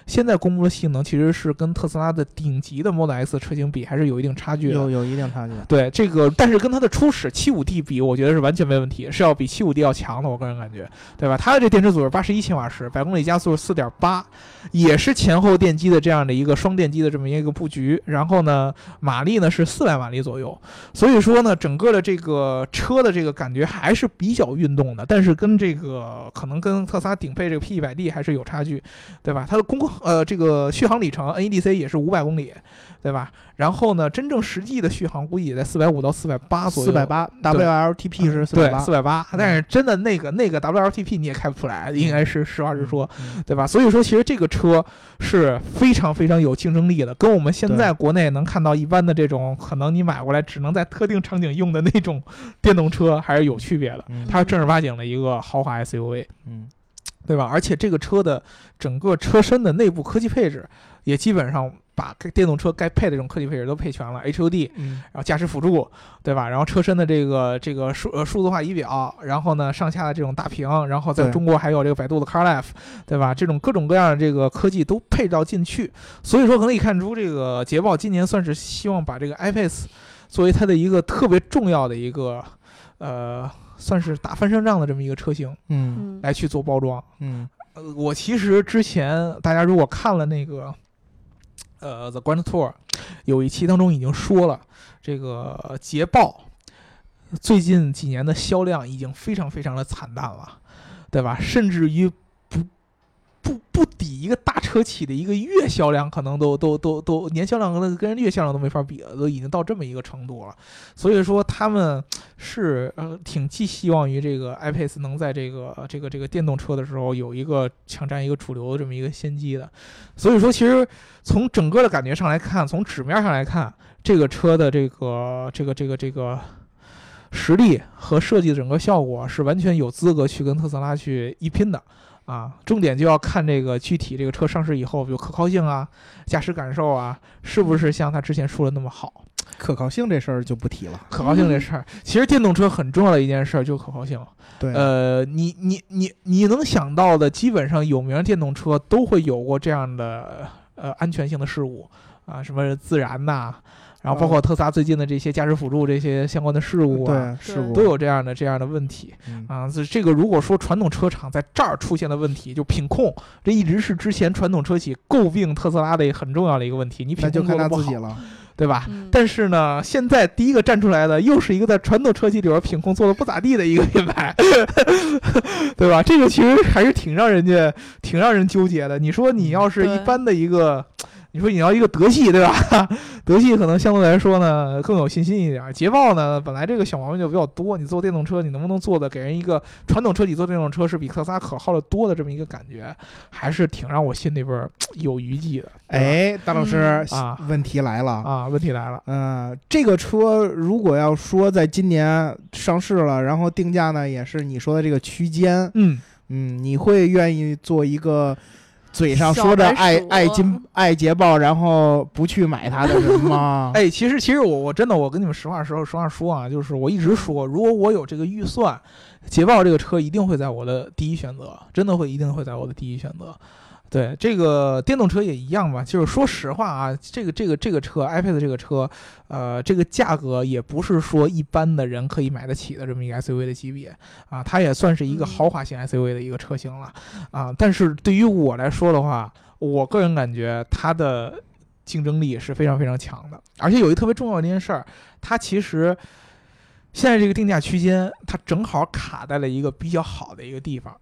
现在公布的性能其实是跟特斯拉的顶级的 Model S 车型比，还是有一定差距的。有有一定差距。对这个，但是跟它的初始七五 D 比，我觉得是完全没问题，是要比七五 D 要强的。我个人感觉，对吧？它的这电池组是八十一千瓦时，百公里加速是四点八，也是前后电机的这样的一个双电机的这么一个布局。然后呢，马力呢是四百马力左右，所以说呢，整个的这个车的这个感觉还是比较运动的，但是跟这个可能跟特斯拉顶配这个 P 1 0 0 D 还是有差距，对吧？它的公呃这个续航里程 NEDC 也是五百公里，对吧？然后呢，真正实际的续航估计也在四百五到四百八左右，四百八对嗯，WLTP 是四百对八嗯四，百八，但是真的那个那个 WLTP 你也开不出来，应该是实话实说，嗯，对吧？所以说，其实这个车是非常非常有竞争力的，跟我们现在国内能看到一般的这种可能你买过来只能在特定场景用的那种 *laughs* 电动车还是有区别的。嗯它是正儿八经的一个豪华 SUV，嗯对吧？而且这个车的整个车身的内部科技配置也基本上把该电动车该配的这种科技配置都配全了，HUD，嗯然后驾驶辅助，对吧？然后车身的这个这个数呃数字化仪表，然后呢上下的这种大屏，然后在对中国还有这个百度的 CarLife，对吧？这种各种各样的这个科技都配到进去，所以说可以看出这个捷豹今年算是希望把这个 iPace 作为它的一个特别重要的一个呃。算是打翻身仗的这么一个车型嗯嗯来去做包装。嗯呃，我其实之前大家如果看了那个呃《The Grand Tour》，有一期当中已经说了，这个捷豹最近几年的销量已经非常非常的惨淡了，对吧？甚至于不不不抵一个大车企的一个月销量，可能都都都都年销量可能跟月销量都没法比了，都已经到这么一个程度了。所以说他们是呃挺寄希望于这个 iPace 能在这个这个这个电动车的时候有一个抢占一个主流的这么一个先机的。所以说，其实从整个的感觉上来看，从纸面上来看，这个车的这个这个这个这个实力和设计的整个效果是完全有资格去跟特斯拉去一拼的。啊，重点就要看这个具体这个车上市以后，比如可靠性啊、驾驶感受啊，是不是像他之前说的那么好。可靠性这事儿就不提了。可靠性这事儿，其实电动车很重要的一件事儿就是可靠性。对，呃，你你你你能想到的，基本上有名儿电动车都会有过这样的呃安全性的事故啊，什么自燃呐、然后包哦括特斯拉最近的这些驾驶辅助这些相关的事故啊，对事故都有这样的这样的问题嗯啊。这这个如果说传统车厂在这儿出现的问题，就品控，这一直是之前传统车企诟病特斯拉的很重要的一个问题，你那品就控看他做的不自好己，了。对吧？嗯但是呢，现在第一个站出来的又是一个在传统车企里边品控做的不咋地的一个 *laughs* 品牌，对吧？这个其实还是挺让人家挺让人纠结的。你说你要是嗯对一般的一个，你说你要一个德系，对吧？ *laughs* 德系可能相对来说呢更有信心一点。捷豹呢，本来这个小毛病就比较多，你做电动车，你能不能做的给人一个传统车企做电动车是比特斯拉可靠的多的这么一个感觉，还是挺让我心里边儿有余悸的。对吧哎，大老师嗯啊，问题来了。啊，问题来了，嗯，这个车如果要说在今年上市了，然后定价呢也是你说的这个区间，嗯。？嗯，你会愿意做一个嘴上说着小白爱鼠爱金 *laughs* 爱捷豹，然后不去买它的人吗 *laughs* 哎，其实其实我我真的我跟你们实话实说实话说啊，就是我一直说，如果我有这个预算，捷豹这个车一定会在我的第一选择，真的会一定会在我的第一选择。对这个电动车也一样吧，就是说实话啊，这个这个这个车 iPad 这个车，呃，这个价格也不是说一般的人可以买得起的这么一个 SUV 的级别啊，它也算是一个嗯豪华型 SUV 的一个车型了啊。但是对于我来说的话，我个人感觉它的竞争力是非常非常强的。而且有一特别重要的一件事儿，它其实现在这个定价区间，它正好卡在了一个比较好的一个地方。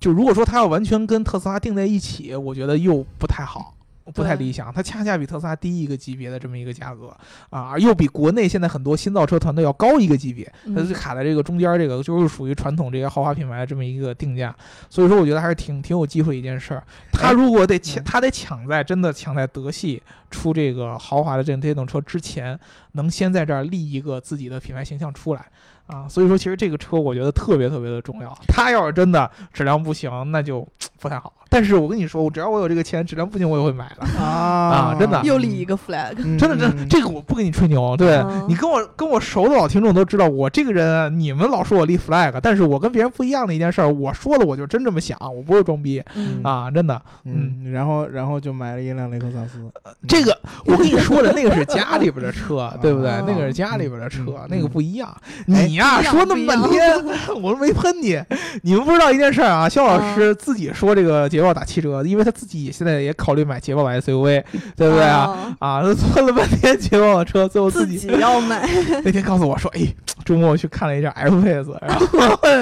就如果说它要完全跟特斯拉定在一起，我觉得又不太好。不太对理想，它恰恰比特斯拉低一个级别的这么一个价格啊，又比国内现在很多新造车团队要高一个级别，嗯它就卡在这个中间，这个就是属于传统这些豪华品牌的这么一个定价，所以说我觉得还是挺挺有机会一件事儿。它如果得抢，嗯它得抢在真的抢在德系出这个豪华的这电动车之前，能先在这儿立一个自己的品牌形象出来啊。所以说，其实这个车我觉得特别特别的重要。它要是真的质量不行，那就不太好了。但是我跟你说，我只要我有这个钱，质量不行我也会买的。啊啊真的又立一个 flag。嗯真的，真的，这个我不跟你吹牛。对、嗯你跟我跟我熟的老听众都知道，我这个人，啊你们老说我立 flag，但是我跟别人不一样的一件事儿，我说了我就真这么想，我不是装逼嗯啊，真的。嗯，然后然后就买了一辆雷克萨斯，这个我跟你说的那个是家里边的车，对不对哦？那个是家里边的车嗯嗯，那个不一样。哎你呀不一样说那么半天， *laughs* 我没喷你。你们不知道一件事儿啊，肖老嗯师自己说这个捷豹打七折，因为他自己现在也考虑买捷豹买 SUV，对不对啊？哦啊，他做了半天捷豹的车，最后自自己己要买， *laughs* 那天告诉我说，哎，周末我去看了一下 F Pace，然后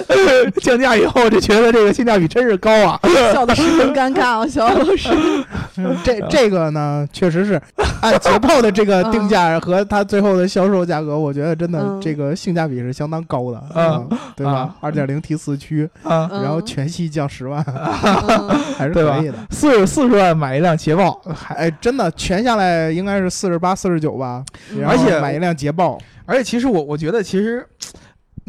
*laughs* 降价以后就觉得这个性价比真是高啊。笑得十分尴尬啊，小老师。 *laughs* 嗯这啊这个呢，确实是按捷豹的这个定价和它最后的销售价格，我觉得真的嗯这个性价比是相当高的，嗯嗯，对吧啊？二点零 T 四驱，啊，嗯然后全系降十万，嗯还是对吧可以的。四十四十万买一辆捷豹，还哎，真的全下来应该是四十八、四十九吧，然后嗯 *laughs* 而且买一辆捷豹，而且其实我我觉得其实。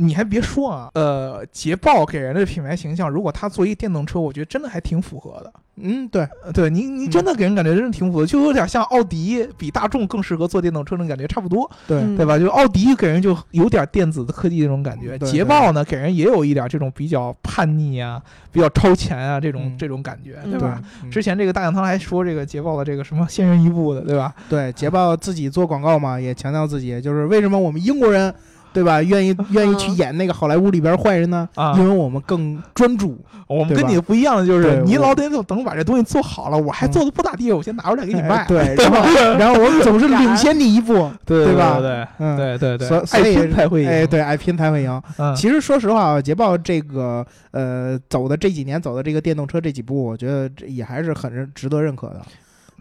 你还别说啊，呃，捷豹给人的品牌形象，如果它做一电动车，我觉得真的还挺符合的。嗯，对，呃对你，你嗯真的给人感觉真的挺符合，就有点像奥迪比大众更适合做电动车那种感觉差不多，对，嗯对吧？就奥迪给人就有点电子科技那种感觉，对捷豹呢给人也有一点这种比较叛逆啊、比较超前啊这种、嗯这种感觉，嗯对对吧？，嗯之前这个大讲堂还说这个捷豹的这个什么先人一步的，对吧？对捷豹自己做广告嘛，也强调自己，就是为什么我们英国人。对吧？愿意愿意去嗯演那个好莱坞里边坏人呢？啊因为我们更专注，我们对跟吧你不一样的就对是，你我老得等把这东西做好了，我还嗯做的不咋地，我先拿出来给你卖哎， *laughs* 对，然后然后我们总是领先你一步，对对吧对嗯，对对对，所所爱以拼才会赢。哎，，对，爱拼才会赢。嗯，其实说实话啊，捷豹这个呃走的这几年走的这个电动车这几步，我觉得这也还是很值得认可的，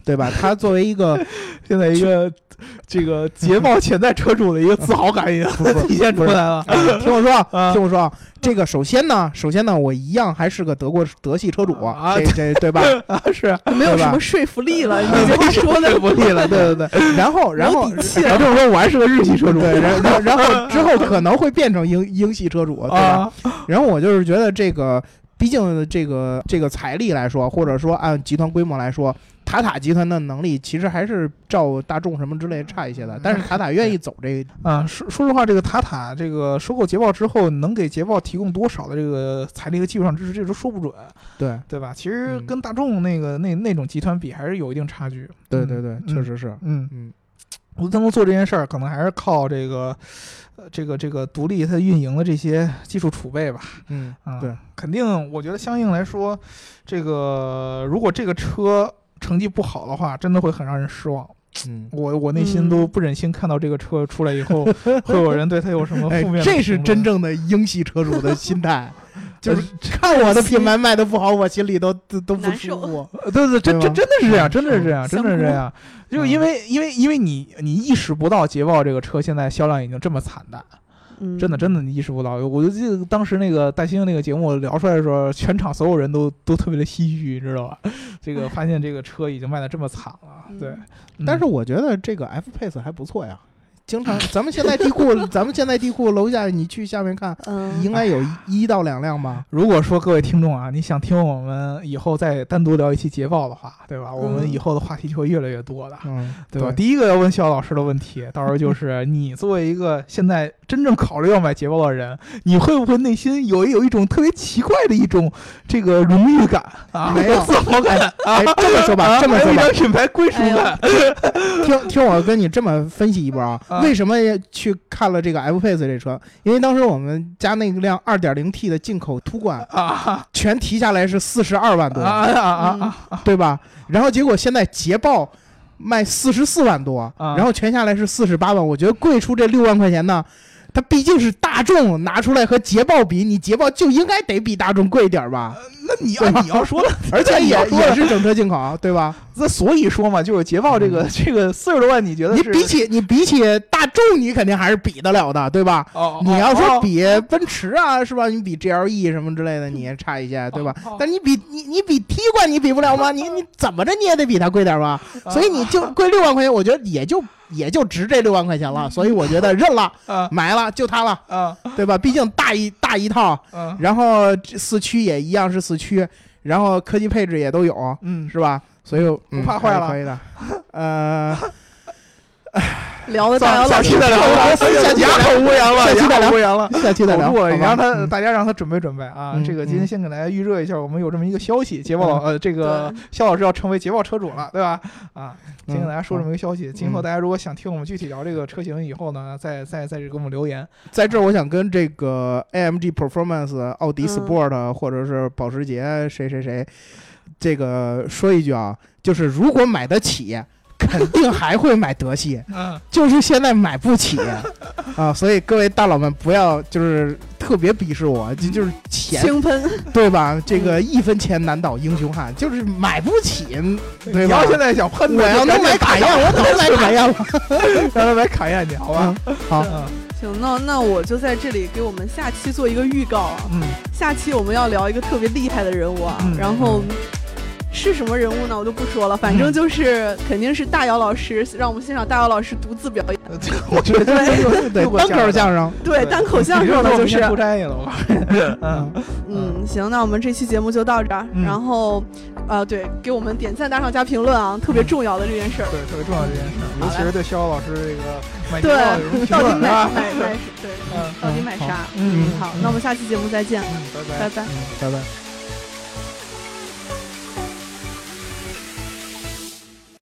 对吧？它作为一 *laughs* 个现在一 *laughs* 个这个捷豹潜在车主的一个自豪感已经不不体现出来了。哎听我说啊，啊听我说啊，这个首先呢，首先呢，我一样还是个德国德系车主，啊这这对吧？ *laughs* 啊，是没有对吧什么说服力了，嗯你 *laughs* 这么说的，不利了， *laughs* 对对对。然后然后没有底气了然后这么说，我还是个日系车主，对，然然然后 *laughs* 之后可能会变成英英系车主，对吧？啊，然后我就是觉得这个，毕竟这个这个财力来说，或者说按集团规模来说，塔塔集团的能力其实还是照大众什么之类差一些的。但是塔塔愿意走 *laughs* 这个，啊，说说实话，这个塔塔这个收购捷豹之后，能给捷豹提供多少的这个财力和技术上支持，这都说不准，对对吧？其实嗯跟大众那个那那种集团比，还是有一定差距。对嗯对对，确。实是，嗯，嗯嗯我能够做这件事儿，可能还是靠这个，呃，这个这个独立它运营的这些技术储备吧。嗯啊，对，肯定，我觉得相应来说，这个如果这个车成绩不好的话，真的会很让人失望。嗯。我我内心都不忍心看到这个车出来以 *laughs* 后，会有人对它有什么哎负面的评论。，这是真正的英系车主的心 *laughs* 态，就是 *laughs* 呃看我的品牌卖的不好，我心里都都都不难舒受服。呃对对，真对吧真嗯真的是这样，真的是这样，真香的是这菇样。就因为因为因为你你意识不到捷豹这个车现在销量已经这么惨淡，嗯真的，真的，你意识不到。我就记得当时那个戴星星那个节目聊出来的时候，全场所有人都都特别的唏嘘，你知道吧？这个发现这个车已经卖的这么惨了，对。嗯嗯但是我觉得这个 F Pace 还不错呀，经常 *laughs* 咱们现在地 *laughs* 库，咱们现在地库楼下你去下面看，嗯，应该有啊一到两辆吧。如果说各位听众啊，你想听我们以后再单独聊一期捷豹的话，对吧？我们以后的话题就会越来越多的，嗯，对吧？第一个要问肖老师的问题，到时候就是你作为一个现在真正考虑要买捷豹的人，你会不会内心有有一种特别奇怪的一种这个荣誉感啊？ *laughs* 没有自豪感 *laughs* 哎，这么说吧，这么还说有一吧，种品牌归属感。听听我跟你这么分析一波啊，啊为什么去看了这个 F Pace 这车？因为当时我们家那辆 2.0T 的进口途观啊全提下来是42万啊多，啊啊对吧？然后结果现在捷豹卖44万多，啊然后全下来是48万，我觉得贵出这六万块钱呢。它毕竟是大众拿出来和捷豹比，你捷豹就应该得比大众贵点儿吧？那你要你要说了，而且也你呃说也了是整车进口，对吧？那所以说嘛，就是捷豹这个这个四十多万，你觉嗯得你呃是比起你比起大众，你肯定还是比得了的，对吧？哦，你要说哦比奔驰啊，是吧？你比 GLE 什么之类的，你也差一些，对吧哦哦？但你比你你比 T 冠你比不了吗？你你怎么着你也得比它贵点吧？哦啊所以你就贵六万块钱，我觉得也就 *laughs* 也就值这六万块钱嗯了。所以我觉得认了，啊买了就它了，啊 *laughs* 对吧？毕竟大一大一套，啊然后这四驱也一样是四驱，然后科技配置也都有，嗯，是吧？所以不怕坏了还是可以的。嗯 *laughs* 呃，聊的大下姚下老期师再聊吧，下期哑再聊，口无言了，下期哑再聊口无言了。下期再聊 *laughs* 保住，了，好你吧让啊他嗯大家让他准备准备啊！嗯这个今天嗯先给大家预热一下，我们有这么一个消息，捷豹老、嗯呃，这个对肖老师要成为捷豹车主了，对吧？啊，先嗯给大家说这么一个消息。今后嗯大家如果想听我们具体聊这个车型，以后呢，再再再给我们留言。在这儿，我想跟这个 AMG Performance、奥迪嗯 Sport、或者是保时捷谁谁谁，这个说一句啊，就是如果买得起，肯定还会买德系，嗯，就是现在买不起啊。所以各位大佬们不要就是特别鄙视我，就就是钱轻喷，对吧？这个一分钱难倒英雄汉，就是买不起。对你吧要现在想喷我他，要就赶能紧买打卡宴，我早买卡宴了。让他买卡宴去，好吧？好嗯 *laughs* *laughs* 行，那那我就在这里给我们下期做一个预告啊，嗯，下期我们要聊一个特别厉害的人物啊，嗯嗯然后。是什么人物呢？我就不说了，反正就是肯定是大姚老师，让我们欣赏大姚老师独自表演，我觉得对对，又过单相声口了相声，对，单口相声 *laughs* 了了就是。出差去了，我告诉你。 *laughs* 嗯，嗯，行，那我们这期节目就到这儿，嗯然后，呃，对，给我们点赞、打赏、加评论啊，特别重要的这件事儿。对，特别重要这件事，尤其是对肖老师这个买对捷嗯 *laughs* 豹有什么，评到底论买啊？买买对，嗯，到底买啥？嗯好，那我们下期节目再见，嗯拜拜拜。拜。拜拜。嗯